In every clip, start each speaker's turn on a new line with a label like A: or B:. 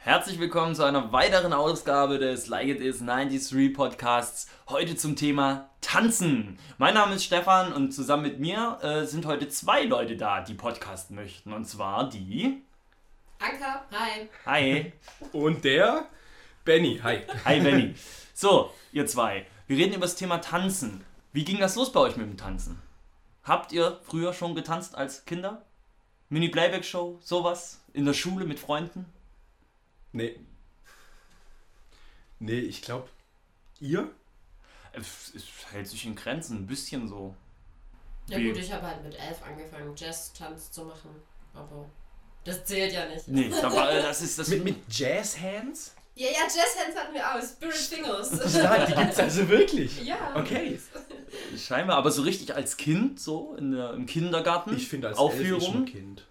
A: Herzlich willkommen zu einer weiteren Ausgabe des Like It Is 93 Podcasts. Heute zum Thema Tanzen. Mein Name ist Stefan und zusammen mit mir äh, sind heute zwei Leute da, die podcasten möchten. Und zwar die.
B: Anka, hi.
A: Hi.
C: Und der Benny. Hi.
A: Hi, Benny. So, ihr zwei. Wir reden über das Thema Tanzen. Wie ging das los bei euch mit dem Tanzen? Habt ihr früher schon getanzt als Kinder? Mini-Playback-Show, sowas? In der Schule mit Freunden?
C: Nee. Nee, ich glaube, ihr?
A: Äh, Es, es hält sich in Grenzen, ein bisschen so.
B: Ja
A: Wie?
B: gut, ich habe halt mit elf angefangen, Jazz-Tanz zu machen, aber das zählt ja nicht.
A: Nee, aber äh, das ist das.
C: Mit, mit Jazz-Hands?
B: Ja, ja, Jazz-Hands hatten wir auch, Spirit Fingers.
C: Stark, die gibt's also wirklich.
B: ja.
C: Okay.
A: Scheinbar, aber so richtig als Kind, so in der, im Kindergarten.
C: Ich finde, als
A: Mhm. Aufführung.
C: elf ist ein Kind.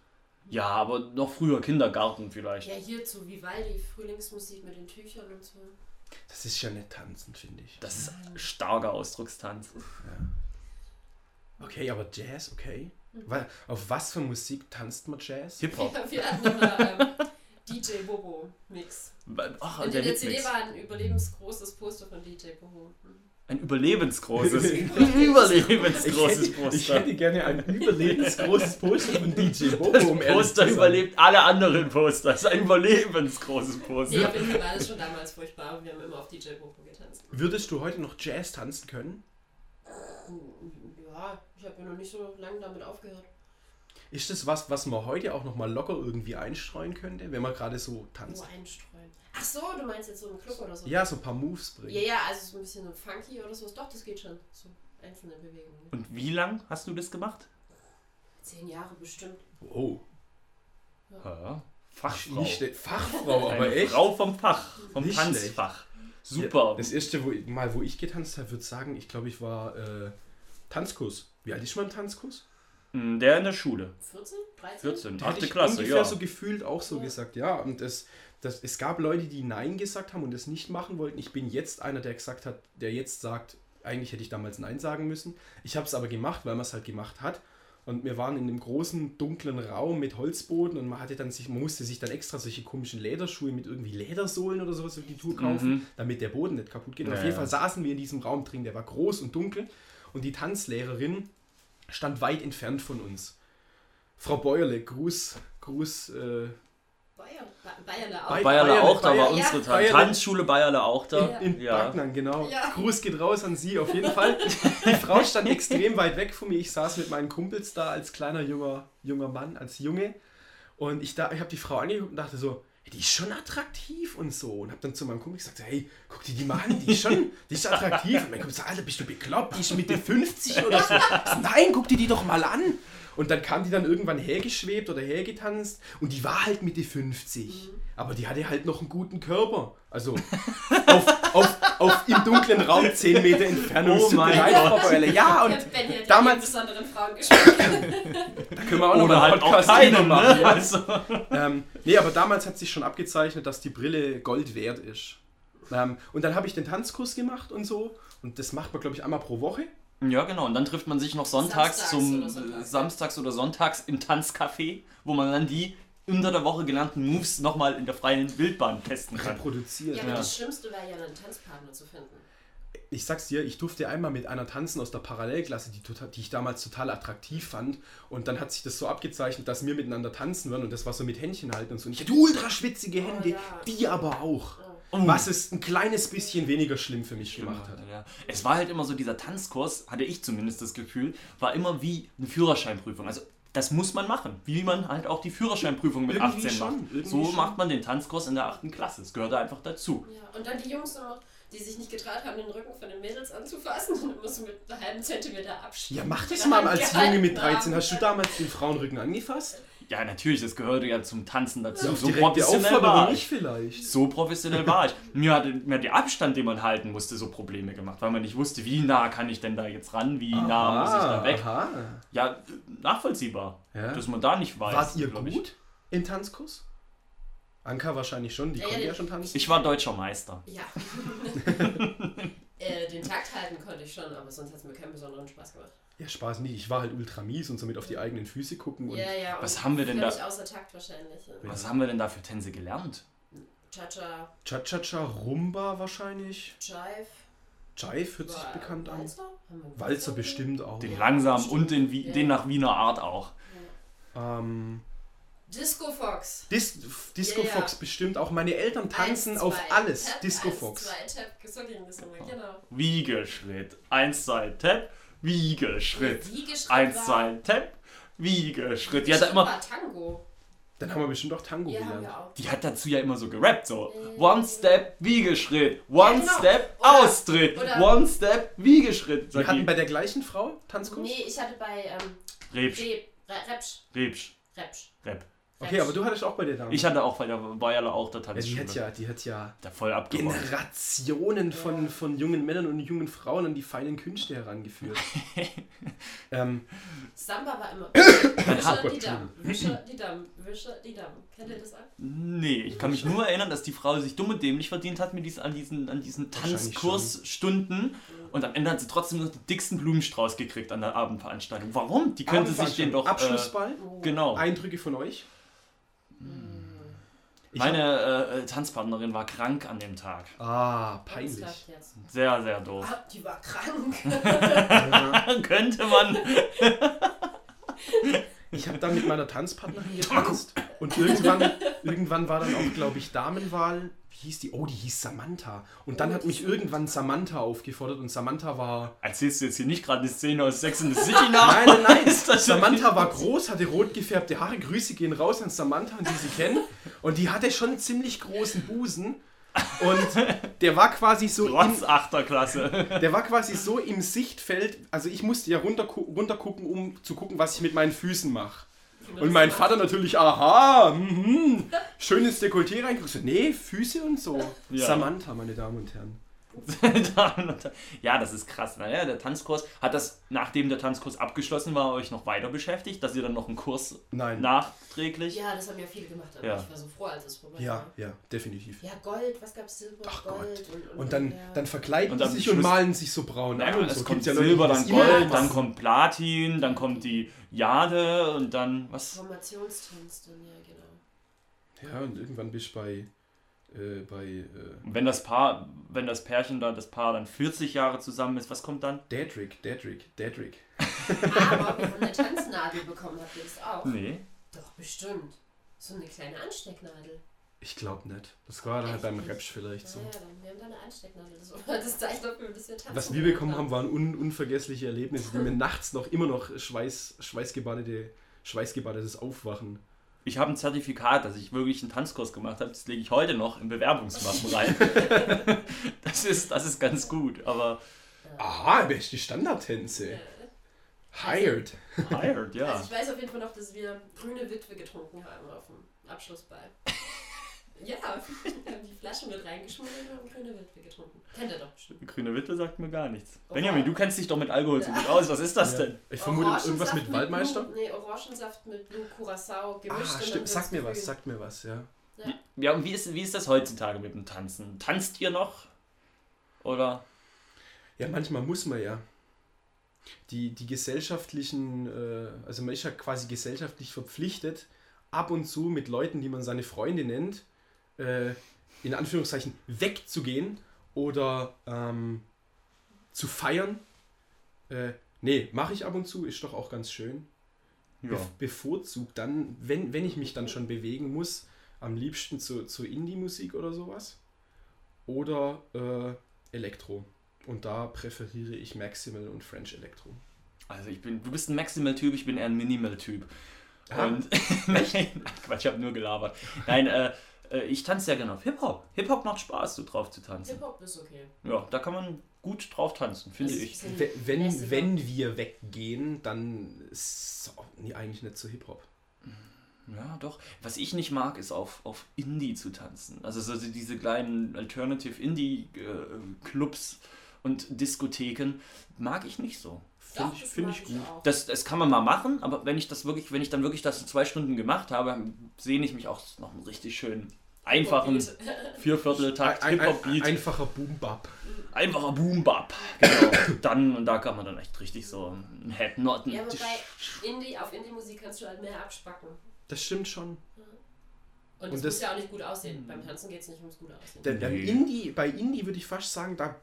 A: Ja, aber noch früher Kindergarten vielleicht.
B: Ja, hier zu Vivaldi, Frühlingsmusik mit den Tüchern und so.
C: Das ist ja nicht tanzen, finde ich.
A: Das ist starker Ausdruckstanz.
C: Okay, aber Jazz, okay. Weil, auf was für Musik tanzt man Jazz?
A: Hip-Hop.
B: Ja, wir hatten immer ähm, DJ Bobo-Mix.
A: Ach,
B: Und
A: Oh, der
B: in der CD
A: Hitmix.
B: war ein überlebensgroßes Poster von DJ Bobo. Mhm.
A: Ein überlebensgroßes.
B: Überlebens-
C: Ich
A: überlebensgroßes
C: hätte, ich
A: Poster.
C: hätte gerne ein überlebensgroßes Poster von DJ Bobo,
A: Das
C: um ehrlich zu
A: Poster
C: sein.
A: überlebt alle anderen Poster. Das ist ein überlebensgroßes
B: Nee,
A: Poster.
B: auf jeden Fall war das schon damals furchtbar und wir haben immer auf DJ Bobo getanzt.
C: Würdest du heute noch Jazz tanzen können?
B: Ja, ich habe ja noch nicht so lange damit aufgehört.
C: Ist das was, was man heute auch nochmal locker irgendwie einstreuen könnte, wenn man gerade so
B: Nur
C: tanzt?
B: einstreuen. Ach so, du meinst jetzt so einen Club oder so?
C: Ja, so ein paar Moves bringen.
B: Ja, ja, also so ein bisschen so funky oder sowas. Doch, das geht schon. So einzelne Bewegungen. ne?
A: Und wie lang hast du das gemacht?
B: Zehn Jahre bestimmt.
C: Oh,
A: Ja. Fachfrau.
C: nicht schlecht. Fachfrau,
A: Eine
C: aber echt.
A: Frau vom Fach, vom
C: Nicht schlecht.
A: Tanzfach. Super.
C: Das erste wo, Mal, wo ich getanzt habe, würde ich sagen, ich glaube, ich war äh, Tanzkurs. Wie alt ist man im Tanzkurs?
A: Mm, Der in der Schule.
B: 14? 13?
A: 14.
C: Hätte
A: Achte
C: ich
A: Klasse,
C: ungefähr
A: ja.
C: so gefühlt auch so
B: Ja.
C: gesagt, ja. Und das, das, es gab Leute, die Nein gesagt haben und das nicht machen wollten. Ich bin jetzt einer, der gesagt hat, der jetzt sagt, eigentlich hätte ich damals Nein sagen müssen. Ich habe es aber gemacht, weil man es halt gemacht hat. Und wir waren in einem großen, dunklen Raum mit Holzboden und man hatte dann sich, man musste sich dann extra solche komischen Lederschuhe mit irgendwie Ledersohlen oder sowas auf die Tour kaufen,
A: Mhm.
C: damit der Boden nicht kaputt geht. Und
A: Ja,
C: auf jeden
A: ja.
C: Fall saßen wir in diesem Raum drin, der war groß und dunkel und die Tanzlehrerin stand weit entfernt von uns. Frau Bäuerle, Gruß, Gruß, äh,
B: Bayern. Ba- Bayerle auch.
C: Bay-
A: Bayerle
C: Bayerle,
A: auch da,
C: Bayerle,
A: war unsere Tan-
C: Bayerle.
A: Tanzschule Bayerle auch da.
B: Ja.
C: in
A: Ja.
C: Backnang, genau.
B: Ja.
C: Gruß geht raus an Sie, auf jeden Fall. Die Frau stand extrem weit weg von mir. Ich saß mit meinen Kumpels da als kleiner junger, junger Mann, als Junge. Und ich, da- ich habe die Frau angeguckt und dachte so, "Hey, die ist schon attraktiv und so. Und habe dann zu meinem Kumpel gesagt, hey, guck dir die mal an, die ist schon, die ist attraktiv. Und mein Kumpel sagt, Alter, bist du bekloppt? Die ist schon Mitte 50 oder so. Ich so, Nein, guck dir die doch mal an. Und dann kam die dann irgendwann hergeschwebt oder hergetanzt und die war halt Mitte 50. Aber die hatte halt noch einen guten Körper. Also auf, auf, auf im dunklen Raum 10 Meter Entfernung.
A: Oh
C: Es tut mir
A: mein
C: leid,
A: Gott.
C: Frau Beuerle. Ja, Ah, und
B: Ja, Benny hat damals
C: damals-
B: mit besonderen Frauen gespielt.
C: da können wir auch noch
A: Oder
C: mal einen
A: halt auch
C: Podcast
A: keine,
C: drüber
A: ne?
C: machen. Ja.
A: Also,
C: Ähm, nee, aber damals hat sich schon abgezeichnet, dass die Brille Gold wert ist. Ähm, und dann habe ich den Tanzkurs gemacht und so. Und das macht man, glaube ich, einmal pro Woche.
A: ja, genau. Und dann trifft man sich noch sonntags
B: Samstags
A: zum
B: oder sonntags.
A: äh, Samstags oder Sonntags im Tanzcafé, wo man dann die unter der Woche gelernten Moves nochmal in der freien Wildbahn testen kann.
C: Reproduziert.
B: Ja, aber
A: Ja.
B: das Schlimmste war ja, einen Tanzpartner zu finden.
C: ich sag's dir, ich durfte einmal mit einer tanzen aus der Parallelklasse, die, total, die ich damals total attraktiv fand. Und dann hat sich das so abgezeichnet, dass wir miteinander tanzen würden. Und das war so mit Händchen halten und so. Und ich hatte ultra schwitzige
B: Oh,
C: Hände,
B: ja.
C: die aber auch. Was es ein kleines bisschen weniger schlimm für mich gemacht hat.
A: Ja. Es war halt immer so, dieser Tanzkurs, hatte ich zumindest das Gefühl, war immer wie eine Führerscheinprüfung. Also das muss man machen, wie man halt auch die Führerscheinprüfung mit
C: Irgendwie
A: 18
C: schon,
A: macht.
C: irgendwie
A: So
C: schon.
A: macht man den Tanzkurs in der 8. Klasse. Es gehört einfach dazu.
B: Ja. Und dann die Jungs noch, die sich nicht getraut haben, den Rücken von den Mädels anzufassen und immer so mit einem halben Zentimeter abschneiden.
C: Ja, mach das mal als Junge mit 13. Hast du
B: da?
C: damals den Frauenrücken angefasst?
A: Ja, natürlich, das gehörte ja zum Tanzen dazu.
C: So
A: so
C: direkte
A: professionell war
C: Aufforderung nicht
A: ich.
C: vielleicht.
A: So professionell war ich. Mir hat, mir hat der Abstand, den man halten musste, so Probleme gemacht, weil man nicht wusste, wie nah kann ich denn da jetzt ran, wie nah muss ich da weg.
C: Aha.
A: Ja, nachvollziehbar,
C: Ja.
A: dass man da nicht weiß.
C: Wart ihr
A: glaub
C: gut im Tanzkurs? Anka wahrscheinlich schon, die
B: Ja,
C: konnte
B: ja.
C: ja schon tanzen.
A: Ich. ich war deutscher Meister.
B: Ja. äh, den Takt halten konnte ich schon, aber sonst hat es mir keinen besonderen Spaß gemacht.
C: Ja, Spaß nicht. Ich war halt ultra mies und somit auf die eigenen Füße gucken. Und
B: ja, ja.
A: was
B: und
A: haben wir denn da-
B: völlig außer Takt wahrscheinlich. Ja.
A: Was haben wir denn da für Tänze gelernt?
B: Cha-Cha,
C: Cha-Cha-Cha, Rumba wahrscheinlich.
B: Jive.
C: Jive hört sich
B: Wa-
C: bekannt an.
B: Walzer? Haben wir einen
C: Walzer
B: Walzer?
C: bestimmt auch.
A: Den langsam
B: Stimmt.
A: und den, Wie-
B: Ja.
A: den nach Wiener Art auch.
C: Ähm,
B: Disco Fox.
C: Dis Disco
B: Ja, ja.
C: Fox bestimmt auch. Meine Eltern tanzen
B: Eins,
C: auf
B: zwei,
C: alles.
B: Tap,
C: Disco
B: eins,
C: Fox.
B: Zwei, Tap, so ging das immer, genau.
A: Wiegeschritt. Eins, zwei, Tap. Wiegeschritt.
B: Wiegeschritt
A: Eins,
B: war-
A: zwei, Tap. Wiegeschritt. Die hat, da immer,
B: Wiegeschritt war Tango.
C: Dann haben wir bestimmt auch Tango
B: Ja, haben
C: gelernt.
B: wir auch.
A: die hat dazu ja immer so gerappt. So.
B: Mhm.
A: One Step, Wiegeschritt. One
B: Ja, genau.
A: Step,
B: Oder-
A: Austritt.
B: oder-
A: One Step, Wiegeschritt.
C: Wir
A: Sagt
C: hatten
A: die.
C: bei der gleichen Frau Tanzkurs?
B: Nee, ich hatte bei ähm,
A: Rebsch,
B: Reb, Re- Repsch,
A: Rebsch,
B: Repsch.
A: Rap.
C: Okay, aber du hattest auch bei der Dame.
A: Ich hatte auch bei der Bayerle auch der
C: ja, die
A: Tanzschule.
C: hat ja, die hat ja
A: Da voll abgebaut.
C: Generationen von, von jungen Männern und jungen Frauen an die feinen Künste herangeführt. ähm,
B: Samba war immer.
C: Ah,
B: Wischer
C: Gott,
B: die Damm, Wischer die Damm, Wischer die Damm. Kennt ihr das an?
A: Nee, ich kann mich nur erinnern, dass die Frau sich dumm und dämlich verdient hat mit diesen, an diesen, an diesen
C: Wahrscheinlich
A: Tanzkursstunden. Und am Ende hat sie trotzdem noch den dicksten Blumenstrauß gekriegt an der Abendveranstaltung. Warum? Die könnte sich den doch.
C: Abschlussball.
A: Äh, genau.
C: Eindrücke von euch? Ich
A: Hm. Meine äh, äh, Tanzpartnerin war krank an dem Tag.
C: hab- ah,
B: Ernsthaft
C: peinlich.
B: jetzt.
A: Sehr, sehr doof.
B: Ah, die war krank.
A: Könnte man.
C: Ich habe dann mit meiner Tanzpartnerin getanzt und irgendwann, irgendwann war dann auch, glaube ich, Damenwahl. Wie hieß die? Oh, die hieß Samantha. Und dann hat mich irgendwann Samantha aufgefordert und Samantha war.
A: Erzählst du jetzt hier nicht gerade eine Szene aus Sex in the City nach?
C: Nein, nein, nein.
A: Ist das
C: Samantha war groß, hatte rot gefärbte Haare. Grüße gehen raus an Samantha, die sie kennen. Und die hatte schon einen ziemlich großen Busen. Und der war quasi so in,
A: Trotz 8. Klasse.
C: Der war quasi so im Sichtfeld, also ich musste ja runter, runter gucken, um zu gucken, was ich mit meinen Füßen mache. Und mein Vater natürlich, aha, mhm, schönes Dekolleté reinguckst. Nee, Füße und so.
A: Ja.
C: Samantha, meine Damen und Herren.
A: Damen und Herren. ja, das ist krass. Naja, der Tanzkurs hat das, nachdem der Tanzkurs abgeschlossen war, euch noch weiter beschäftigt, dass ihr dann noch einen Kurs
C: Nein.
A: nachträglich.
B: Ja, das haben ja viele gemacht, aber
A: Ja.
B: ich war so froh, als es vorbei
C: Ja,
B: war.
C: ja, definitiv.
B: Ja, Gold, was gab's? Silber,
C: Ach
B: Gold.
C: Gott.
B: Und, und,
C: Und dann,
B: ja.
C: dann verkleiden
A: Und
C: die
A: am
C: sich
A: Schluss-
C: und malen sich so braun
A: Naja,
C: an und
A: es
C: so.
A: kommt
C: Gibt's ja Leute,
A: Silber,
C: die
A: dann
C: das
A: Gold,
C: immer
A: dann
C: machen.
A: kommt Platin, dann kommt die Jade und dann was?
B: Formationstanz dann, ja, genau.
C: Ja, und irgendwann bist du bei, äh, bei äh,
A: Und wenn das Paar, wenn das Pärchen da, das Paar dann 40 Jahre zusammen ist, was kommt dann?
C: Dedrick, Dedrick, Dedrick.
B: Ah, Aber wir haben eine Tanznadel bekommen, habt ihr das auch?
A: Nee.
B: Doch, bestimmt. So eine kleine Anstecknadel.
C: Ich glaube nicht. Das war halt
B: Echt
C: beim
B: nicht?
C: Raps vielleicht so.
B: Ja, ja, dann, wir haben da eine Anstecknadel. Das war das Zeichen dafür, dass wir tanzen.
C: Was wir bekommen haben, waren un unvergessliche Erlebnisse, die mir nachts noch immer noch Schweiß, schweißgebadete, schweißgebadetes Aufwachen.
A: Ich habe ein Zertifikat, dass ich wirklich einen Tanzkurs gemacht habe. Das lege ich heute noch in Bewerbungsmappen rein. das, ist, das ist ganz gut, aber
C: Aha, welche Standardtänze. Hired.
A: hired, ja.
B: Also ich weiß auf jeden Fall noch, dass wir grüne Witwe getrunken haben auf dem Abschlussball. ja, wir haben die Flaschen mit reingeschmuggelt und haben grüne Witwe getrunken. Kennt ihr doch bestimmt.
A: Grüne Witte sagt mir gar nichts.
B: Oha.
A: Benjamin, du kennst dich doch mit Alkohol so gut aus. Was ist das denn?
C: Ich vermute irgendwas
B: Orangensaft
C: mit Waldmeister.
B: Blue, nee, Orangensaft mit Blue Curacao gemischt.
C: Ah,
B: und dann
C: stimmt.
B: wird's
C: Sag mir was,
B: grün.
C: sag mir was, ja.
B: Ja.
A: Ja, und wie ist, wie ist das heutzutage mit dem Tanzen? Tanzt ihr noch? Oder?
C: Ja, manchmal muss man ja. Die, die gesellschaftlichen, äh, also man ist ja quasi gesellschaftlich verpflichtet, ab und zu mit Leuten, die man seine Freunde nennt, äh, in Anführungszeichen wegzugehen oder ähm, zu feiern. Äh, nee, mache ich ab und zu, ist doch auch ganz schön.
A: Ja.
C: Bef- Bevorzugt dann, wenn, wenn ich mich dann schon bewegen muss, am liebsten zu, zu Indie-Musik oder sowas. Oder äh, Elektro. Und da präferiere ich Maximal und French Electro.
A: Also ich bin, du bist ein Maximal-Typ, ich bin eher ein Minimal-Typ.
C: Ah.
A: Und nein, Quatsch, ich habe nur gelabert. Nein, äh, äh, ich tanze ja gerne auf Hip-Hop. Hip-Hop macht Spaß, so drauf zu tanzen.
B: Hip-Hop ist okay.
A: Ja, da kann man gut drauf tanzen, finde
B: Das
A: ich.
B: ist ein
C: We-
B: bisschen lässiger.
C: Wenn, wenn wir weggehen, dann so, nee, eigentlich nicht zu Hip-Hop.
A: Ja, doch. Was ich nicht mag, ist auf, auf Indie zu tanzen. Also so die- diese kleinen Alternative-Indie-Clubs und Diskotheken mag ich nicht so.
C: Finde
B: Doch,
C: ich,
B: das
C: find
B: mag
C: ich gut.
B: auch.
A: Das, das kann man mal machen, aber wenn ich das wirklich, wenn ich dann wirklich das so zwei Stunden gemacht habe, sehne ich mich auch nach einem richtig schönen, einfachen
C: Hm,
A: Viervierteltakt
C: Ein, ein, ein,
A: Hip-Hop-Beat.
C: einfacher Boom-Bap.
A: Einfacher Boom-Bap. Genau. Dann, und da kann man dann echt richtig so ein Head-Not.
B: Ja, aber bei Indie, auf Indie-Musik kannst du halt mehr abspacken.
C: Das stimmt schon.
B: Und
C: Und
B: es
C: das-
B: muss ja auch nicht gut
C: Hm.
B: aussehen. Beim Tanzen geht es nicht ums gut aussehen.
C: Denn beim
A: Nee.
C: Indie, bei Indie würde ich fast sagen, da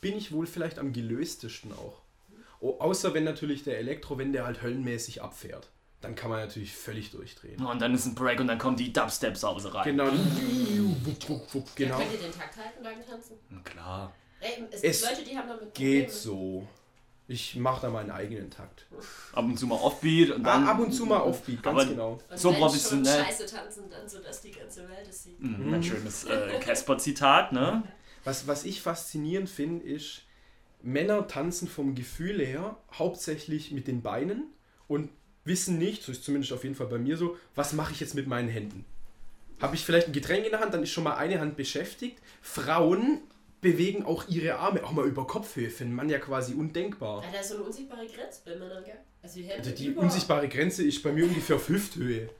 C: bin ich wohl vielleicht am gelöstesten auch. Oh, außer wenn natürlich der Elektro, wenn der halt höllenmäßig abfährt. Dann kann man natürlich völlig durchdrehen.
A: Und dann ist ein Break und dann kommen die Dubstep-Sause rein.
C: Genau. Wupp, wupp, wupp,
B: Ja,
C: genau.
B: könnt ihr den Takt halten beim Tanzen?
A: Klar.
B: Ey, es,
C: Es
B: gibt Leute, die haben damit
C: Geht
B: Probleme.
C: so. Ich mache da meinen eigenen Takt.
A: Ab und zu mal Offbeat und dann.
C: Ah, ab und zu mal Offbeat, ganz
A: aber-
C: genau.
B: Und
A: So
B: wenn
A: professionell.
B: Schon scheiße tanzen, dann so, dass die ganze Welt es sieht.
C: Hm.
A: Mhm, ein schönes äh, Casper-Zitat, ne?
C: Was, was ich faszinierend finde, ist, Männer tanzen vom Gefühl her hauptsächlich mit den Beinen und wissen nicht, so ist zumindest auf jeden Fall bei mir so, was mache ich jetzt mit meinen Händen? Habe ich vielleicht ein Getränk in der Hand, dann ist schon mal eine Hand beschäftigt. Frauen bewegen auch ihre Arme, auch mal über Kopfhöhe, für einen Mann ja quasi undenkbar.
B: Ah, da ist so eine unsichtbare Grenze bei Männern, gell? Also die Hände
C: Also die
B: über.
C: unsichtbare Grenze ist bei mir ungefähr auf Hüfthöhe.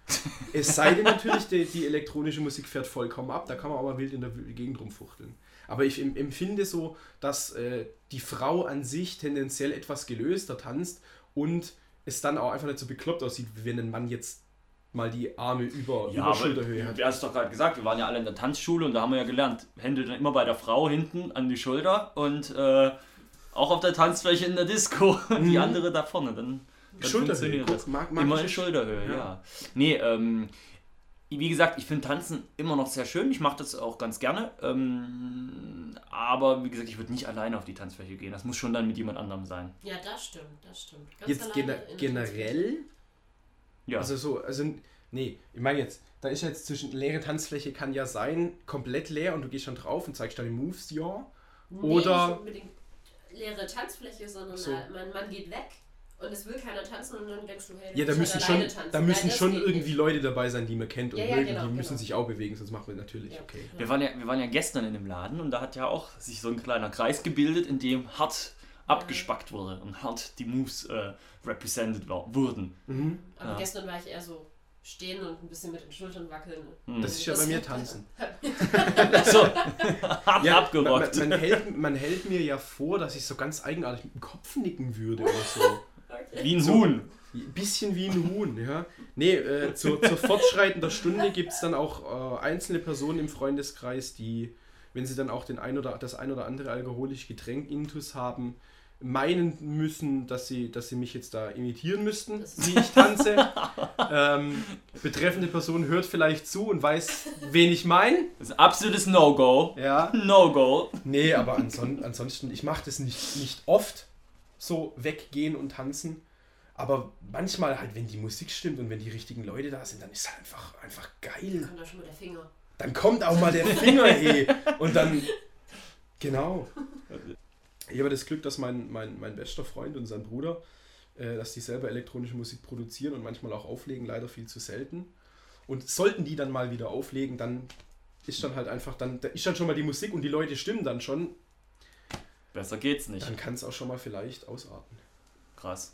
C: Es sei denn natürlich, die, die elektronische Musik fährt vollkommen ab, da kann man aber wild in der Gegend rumfuchteln. Aber ich em- empfinde so, dass äh, die Frau an sich tendenziell etwas gelöster tanzt und es dann auch einfach nicht so bekloppt aussieht, wie wenn ein Mann jetzt mal die Arme über, über Schulterhöhe hat.
A: du hast doch gerade gesagt, wir waren ja alle in der Tanzschule und da haben wir ja gelernt, Hände dann immer bei der Frau hinten an die Schulter und äh, auch auf der Tanzfläche in der Disco die
C: Mhm.
A: andere da vorne. Dann, dann
C: Schulterhöhe,
A: funktioniert das.
C: guck, mag, mag
A: Immer in
C: ich-
A: Schulterhöhe, ja.
C: Ja.
A: Nee, ähm, wie gesagt, ich finde Tanzen immer noch sehr schön. Ich mache das auch ganz gerne. Ähm, aber wie gesagt, ich würde nicht alleine auf die Tanzfläche gehen. Das muss schon dann mit jemand anderem sein.
B: Ja, das stimmt, das stimmt. Ganz
C: Jetzt
B: alleine
C: gener-
B: in-
C: generell
A: Ja.
C: Also so, also nee, ich meine jetzt, da ist jetzt zwischen leere Tanzfläche kann ja sein, komplett leer und du gehst schon drauf und zeigst deine Moves, ja.
B: Nee,
C: oder-
B: Nicht unbedingt leere Tanzfläche, sondern
C: So.
B: äh, mein Mann geht weg und es will keiner tanzen und dann denkst du, hey,
C: Ja, da
B: muss
C: müssen
B: halt
C: schon,
B: alleine tanzen.
C: da
B: Nein,
C: müssen
B: das
C: schon
B: geht
C: irgendwie
B: nicht.
C: Leute dabei sein, die man kennt und
B: Ja, ja,
C: mögen,
B: genau,
C: die müssen
B: genau.
C: sich auch bewegen, sonst macht man natürlich,
B: Ja.
C: okay.
A: Wir waren, ja, wir waren ja gestern in dem Laden und da hat ja auch sich so ein kleiner Kreis gebildet, in dem hart abgespackt wurde und hart die Moves äh, represented wa- wurden.
C: Mhm.
B: Aber
A: Ja.
B: gestern war ich eher so stehen und ein bisschen mit den Schultern wackeln.
A: Mhm.
C: Hm. Das ist ja
B: Das-
C: bei mir tanzen.
A: so hart
C: Ja,
A: abgerockt.
C: Man, man, man, hält, man hält mir ja vor, dass ich so ganz eigenartig mit dem Kopf nicken würde oder so.
B: Okay.
A: Wie ein Huhn.
C: Ein bisschen wie ein Huhn, ja. Nee, äh, zur, zur fortschreitender Stunde gibt es dann auch äh, einzelne Personen im Freundeskreis, die, wenn sie dann auch den ein oder, das ein oder andere alkoholische Getränk intus haben, meinen müssen, dass sie, dass sie mich jetzt da imitieren müssten,
B: Das ist-
C: wie ich tanze. ähm, betreffende Person hört vielleicht zu und weiß, wen ich meine.
A: Das ist ein absolutes No-Go.
C: Ja.
A: No-Go.
C: Nee, aber anson ansonsten, ich mache das nicht, nicht oft, so weggehen und tanzen. Aber manchmal halt, wenn die Musik stimmt und wenn die richtigen Leute da sind, dann ist es halt einfach, einfach
B: Da
C: geil.
B: kommt da schon mal der Finger.
C: Dann kommt auch mal der Finger, ey. Und dann, genau. Ich habe das Glück, dass mein, mein, mein bester Freund und sein Bruder, äh, dass die selber elektronische Musik produzieren und manchmal auch auflegen, leider viel zu selten. Und sollten die dann mal wieder auflegen, dann ist dann halt einfach, dann da ist dann schon mal die Musik und die Leute stimmen dann schon
A: Besser geht's nicht.
C: dann kann es auch schon mal vielleicht ausarten.
A: Krass.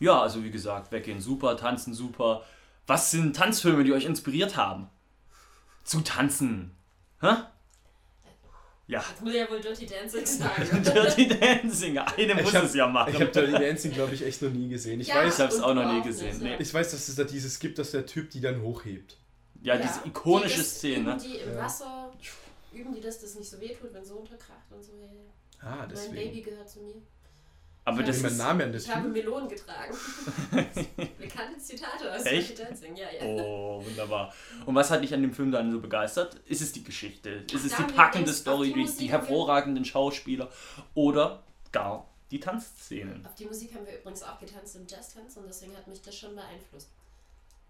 A: Ja, also wie gesagt, weggehen super, tanzen super. Was sind Tanzfilme, die euch inspiriert haben? Zu tanzen. Hä? Ja.
B: Jetzt muss ich ja wohl Dirty Dancing sagen.
A: Dirty Dancing, eine muss
C: hab-
A: es ja machen.
C: Ich habe Dirty Dancing, glaube ich, echt noch nie gesehen. Ich,
B: Ja.
C: weiß,
A: hab's auch noch nie
B: überhaupt
A: gesehen,
B: nicht, ne?
A: nee.
B: ja.
C: ich weiß, dass es da dieses gibt, dass der Typ die dann hochhebt.
A: ja, diese ikonische
B: die das
A: Szene.
B: Üben die im
C: Ja.
B: Wasser, üben die das, dass nicht so wehtut, wenn so unterkracht und so. Ja, ja.
C: Ah,
B: Mein
C: deswegen.
B: Baby gehört zu mir.
A: Aber
B: Ja,
A: das
C: Wie mein
A: ist.
C: Name an das
B: Ich habe
C: Typ.
B: Melonen getragen. Bekannte Zitate aus
A: Echt?
B: Dirty Dancing. Ja, ja.
A: Oh, wunderbar. Und was hat dich an dem Film dann so begeistert? Ist es die Geschichte? Ist es
B: Da
A: die
B: haben wir
A: packende
B: jetzt
A: Story,
B: auf die
A: die, die
B: Musik
A: hervorragenden Schauspieler oder gar die Tanzszenen?
B: Auf die Musik haben wir übrigens auch getanzt im Jazztanz und deswegen hat mich das schon beeinflusst.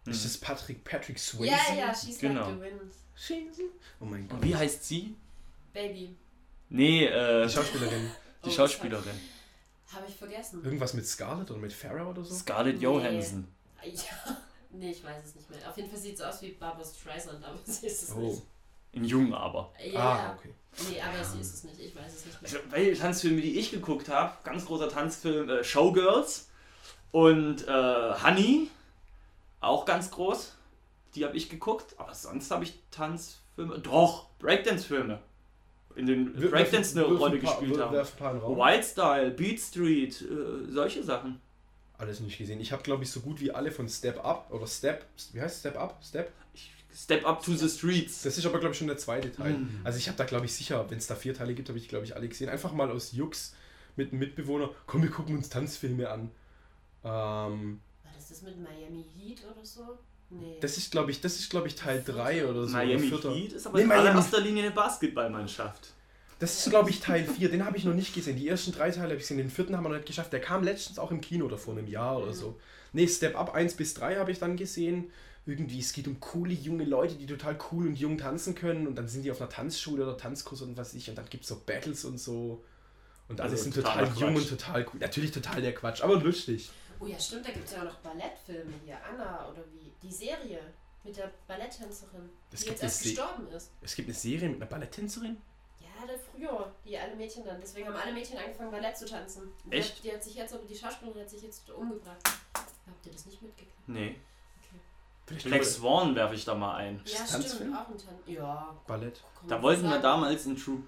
C: Ist das Patrick, Patrick Swayze?
B: Ja, ja, She's
A: Genau.
B: Like the Wind.
C: Swayze? Oh mein
A: Und
C: Gott.
A: wie heißt sie?
B: Baby.
A: Nee, äh,
C: Die Schauspielerin.
A: die
B: Oh,
A: Schauspielerin.
B: Habe ich vergessen.
C: Irgendwas mit Scarlett oder mit Farrah oder so?
A: Scarlett
B: Nee.
A: Johansson.
C: Äh.
B: Ja. Nee, ich weiß es nicht mehr. Auf jeden Fall sieht es aus wie Barbara Streisand, aber sie ist es
C: Oh.
B: nicht.
A: In Jung aber.
B: Ja,
C: Ah, okay. Ah.
B: nee, aber sie ist es nicht. Ich weiß es nicht mehr.
A: Also, welche Tanzfilme, die ich geguckt habe, ganz großer Tanzfilm, äh, Showgirls und äh, Honey, auch ganz groß. Die habe ich geguckt, aber sonst habe ich Tanzfilme, doch, Breakdance-Filme, in denen
C: Wirf-
A: Breakdance eine
C: wirf
A: Rolle
C: ein paar-
A: gespielt
C: wirf-
A: haben.
C: Wirf ein paar in den Raum.
A: Wild Style, Beat Street, äh, solche Sachen.
C: Alles nicht gesehen. Ich habe, glaube ich, so gut wie alle von Step Up oder Step. Wie heißt Step Up? Step?
A: Ich Step Up to the Streets.
C: Das ist aber, glaube ich, schon der zweite Teil. Also ich habe da, glaube ich, sicher, wenn es da vier Teile gibt, habe ich, glaube ich, alle gesehen. Einfach mal aus Jux mit einem Mitbewohner, komm, wir gucken uns Tanzfilme an. Ähm,
B: War das das mit Miami Heat oder so? Nee.
C: das ist, glaube ich, das ist, glaube ich, Teil 3 oder so.
A: Miami
C: oder vierter.
A: Heat ist aber
C: Nee,
A: in
C: Miami-
A: allererster Linie eine Basketballmannschaft.
C: Das ist, glaube ich, Teil 4. Den habe ich noch nicht gesehen. Die ersten drei Teile habe ich gesehen. Den vierten haben wir noch nicht geschafft. Der kam letztens auch im Kino oder vor einem Jahr oder so. Nee, Step Up 1 bis 3 habe ich dann gesehen. Irgendwie, es geht um coole junge Leute, die total cool und jung tanzen können. Und dann sind die auf einer Tanzschule oder Tanzkurs und was weiß ich. Und dann gibt es so Battles und so. Und alle
A: Also
C: sind
A: totaler
C: total jung
A: Quatsch.
C: und total cool. Natürlich total der Quatsch, aber lustig.
B: Oh ja, stimmt, da gibt es ja auch noch Ballettfilme hier. Anna oder wie? Die Serie mit der Balletttänzerin,
C: Das
B: die
C: gibt
B: jetzt erst
C: es die-
B: gestorben ist.
C: Es gibt eine Serie mit einer Balletttänzerin.
B: Ja, der früher, die alle Mädchen dann. Deswegen haben alle Mädchen angefangen, Ballett zu tanzen. Die
A: Echt?
B: Hat, die hat sich jetzt, aber die Schauspielerin hat sich jetzt umgebracht. Habt ihr das nicht mitgekriegt?
A: Nee.
B: Okay.
C: Vielleicht
A: Black Swan werfe ich da mal ein.
C: Ist
B: Ja,
C: das
B: stimmt,
C: Tanzfilm?
B: auch ein Tanz. Ja.
C: Ballett.
A: Da wollten wir damals in True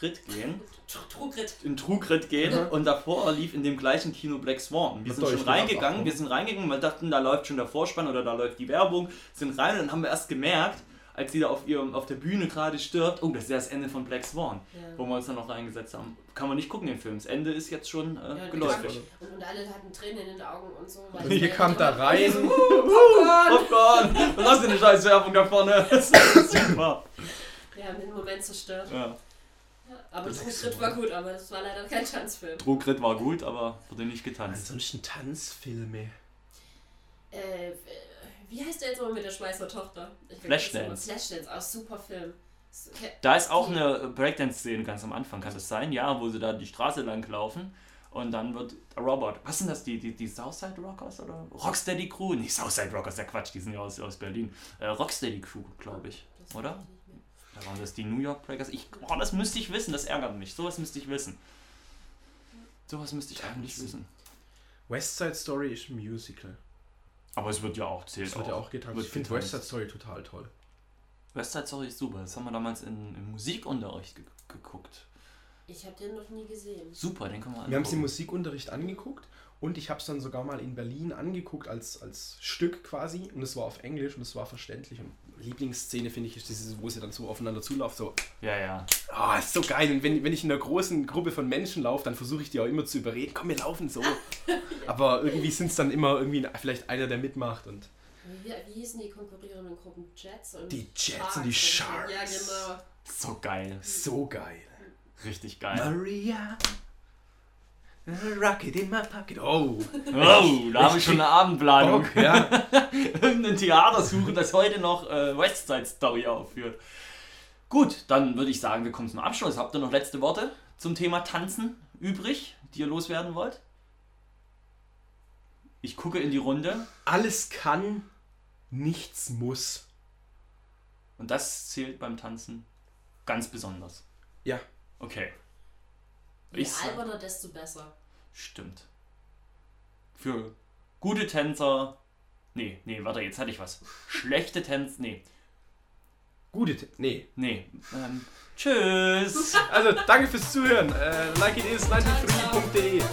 A: Grit gehen.
B: Trugrit.
A: In True Grit gehen
C: Mhm.
A: und davor lief in dem gleichen Kino Black Swan. Wir sind
C: Mit
A: schon
C: deutschen Abmachungen.
A: reingegangen, wir sind reingegangen, wir dachten, da läuft schon der Vorspann oder da läuft die Werbung, sind rein und dann haben wir erst gemerkt, als sie da auf, ihrem, auf der Bühne gerade stirbt, oh, das ist ja das Ende von Black Swan,
B: Ja.
A: wo wir uns dann noch reingesetzt haben. Kann man nicht gucken, den Film. Das Ende ist jetzt schon äh,
B: Ja,
A: geläufig.
B: Und, und alle hatten Tränen in den Augen und so. weil
C: Und ihr
B: sie-
C: kamt da rein.
A: Oh Gott, was ist denn eine scheiß Werbung da vorne? Das ist Super.
B: Wir haben den Moment zerstört.
A: Ja.
B: Ja, aber
C: Das ist
B: Trugrit
C: so.
B: war gut, aber das war leider kein Tanzfilm.
A: True Grit war gut, aber wurde nicht getanzt.
C: Ansonsten Tanzfilme.
B: Äh, wie heißt der jetzt mal mit der Schweißer Tochter? Ich vergesse
A: Flashdance.
B: immer. Flashdance, auch super Film. S- ke-
A: Da ist auch eine Breakdance-Szene ganz am Anfang, kann das sein? Ja, wo sie da die Straße lang laufen und dann wird Robert, was sind das, die, die, die Southside Rockers oder Rocksteady Crew? Nicht Southside Rockers, der Quatsch, die sind ja aus, aus Berlin. Äh, Rocksteady Crew, glaube ich,
B: Das weiß
A: oder?
B: ich nicht mehr.
A: Da waren das die New York Breakers. Ich, boah, das müsste ich wissen, das ärgert mich. Sowas müsste ich wissen. Sowas müsste ich eigentlich
C: Tanzen.
A: wissen.
C: West Side Story ist ein Musical.
A: Aber es wird ja auch zählt.
C: Das wird ja auch getanzt.
A: Wird
C: Ich finde West
A: getanzt.
C: Side Story total toll.
A: Westside Story ist super. Das haben wir damals in, im Musikunterricht ge geguckt.
B: Ich habe den noch nie gesehen.
A: Super, den können wir
C: Wir haben es im
A: angucken.
C: Musikunterricht angeguckt und ich habe es dann sogar mal in Berlin angeguckt als, als Stück quasi und es war auf Englisch und es war verständlich. Und Lieblingsszene finde ich ist dieses, wo sie dann so aufeinander zulaufen, so,
A: Ja, ja.
C: ah, ist so geil. Und wenn, wenn ich in einer großen Gruppe von Menschen laufe, dann versuche ich die auch immer zu überreden, komm, wir laufen so. Aber irgendwie sind es dann immer irgendwie vielleicht einer, der mitmacht und
B: Wie, wie hießen die konkurrierenden Gruppen? Jets und
C: Die Jets und die
B: Sharks. oder
C: Sharks.
B: so. Ja, genau.
A: So geil.
C: so geil.
A: Richtig geil.
C: Maria, rocket in my pocket. Oh,
A: Oh, da habe ich
C: Ich
A: schon eine
C: Bock,
A: Abendplanung.
C: ja.
A: Irgendein Theater suchen, das heute noch äh, West Side Story aufführt. Gut, dann würde ich sagen, wir kommen zum Abschluss. Habt ihr noch letzte Worte zum Thema Tanzen übrig, die ihr loswerden wollt? Ich gucke in die Runde
C: Alles kann, nichts muss.
A: und das zählt beim Tanzen ganz besonders.
C: Ja.
A: Okay,
B: Je
A: Ich sag-
B: alberner, desto besser.
A: stimmt. Für gute Tänzer. Nee, nee, warte, jetzt hatte ich was. Schlechte Tänzer. Nee,
C: Gute Tipp. Nee.
A: nee. Ähm, tschüss.
C: Also, danke fürs Zuhören. Äh, like it is, 93.de.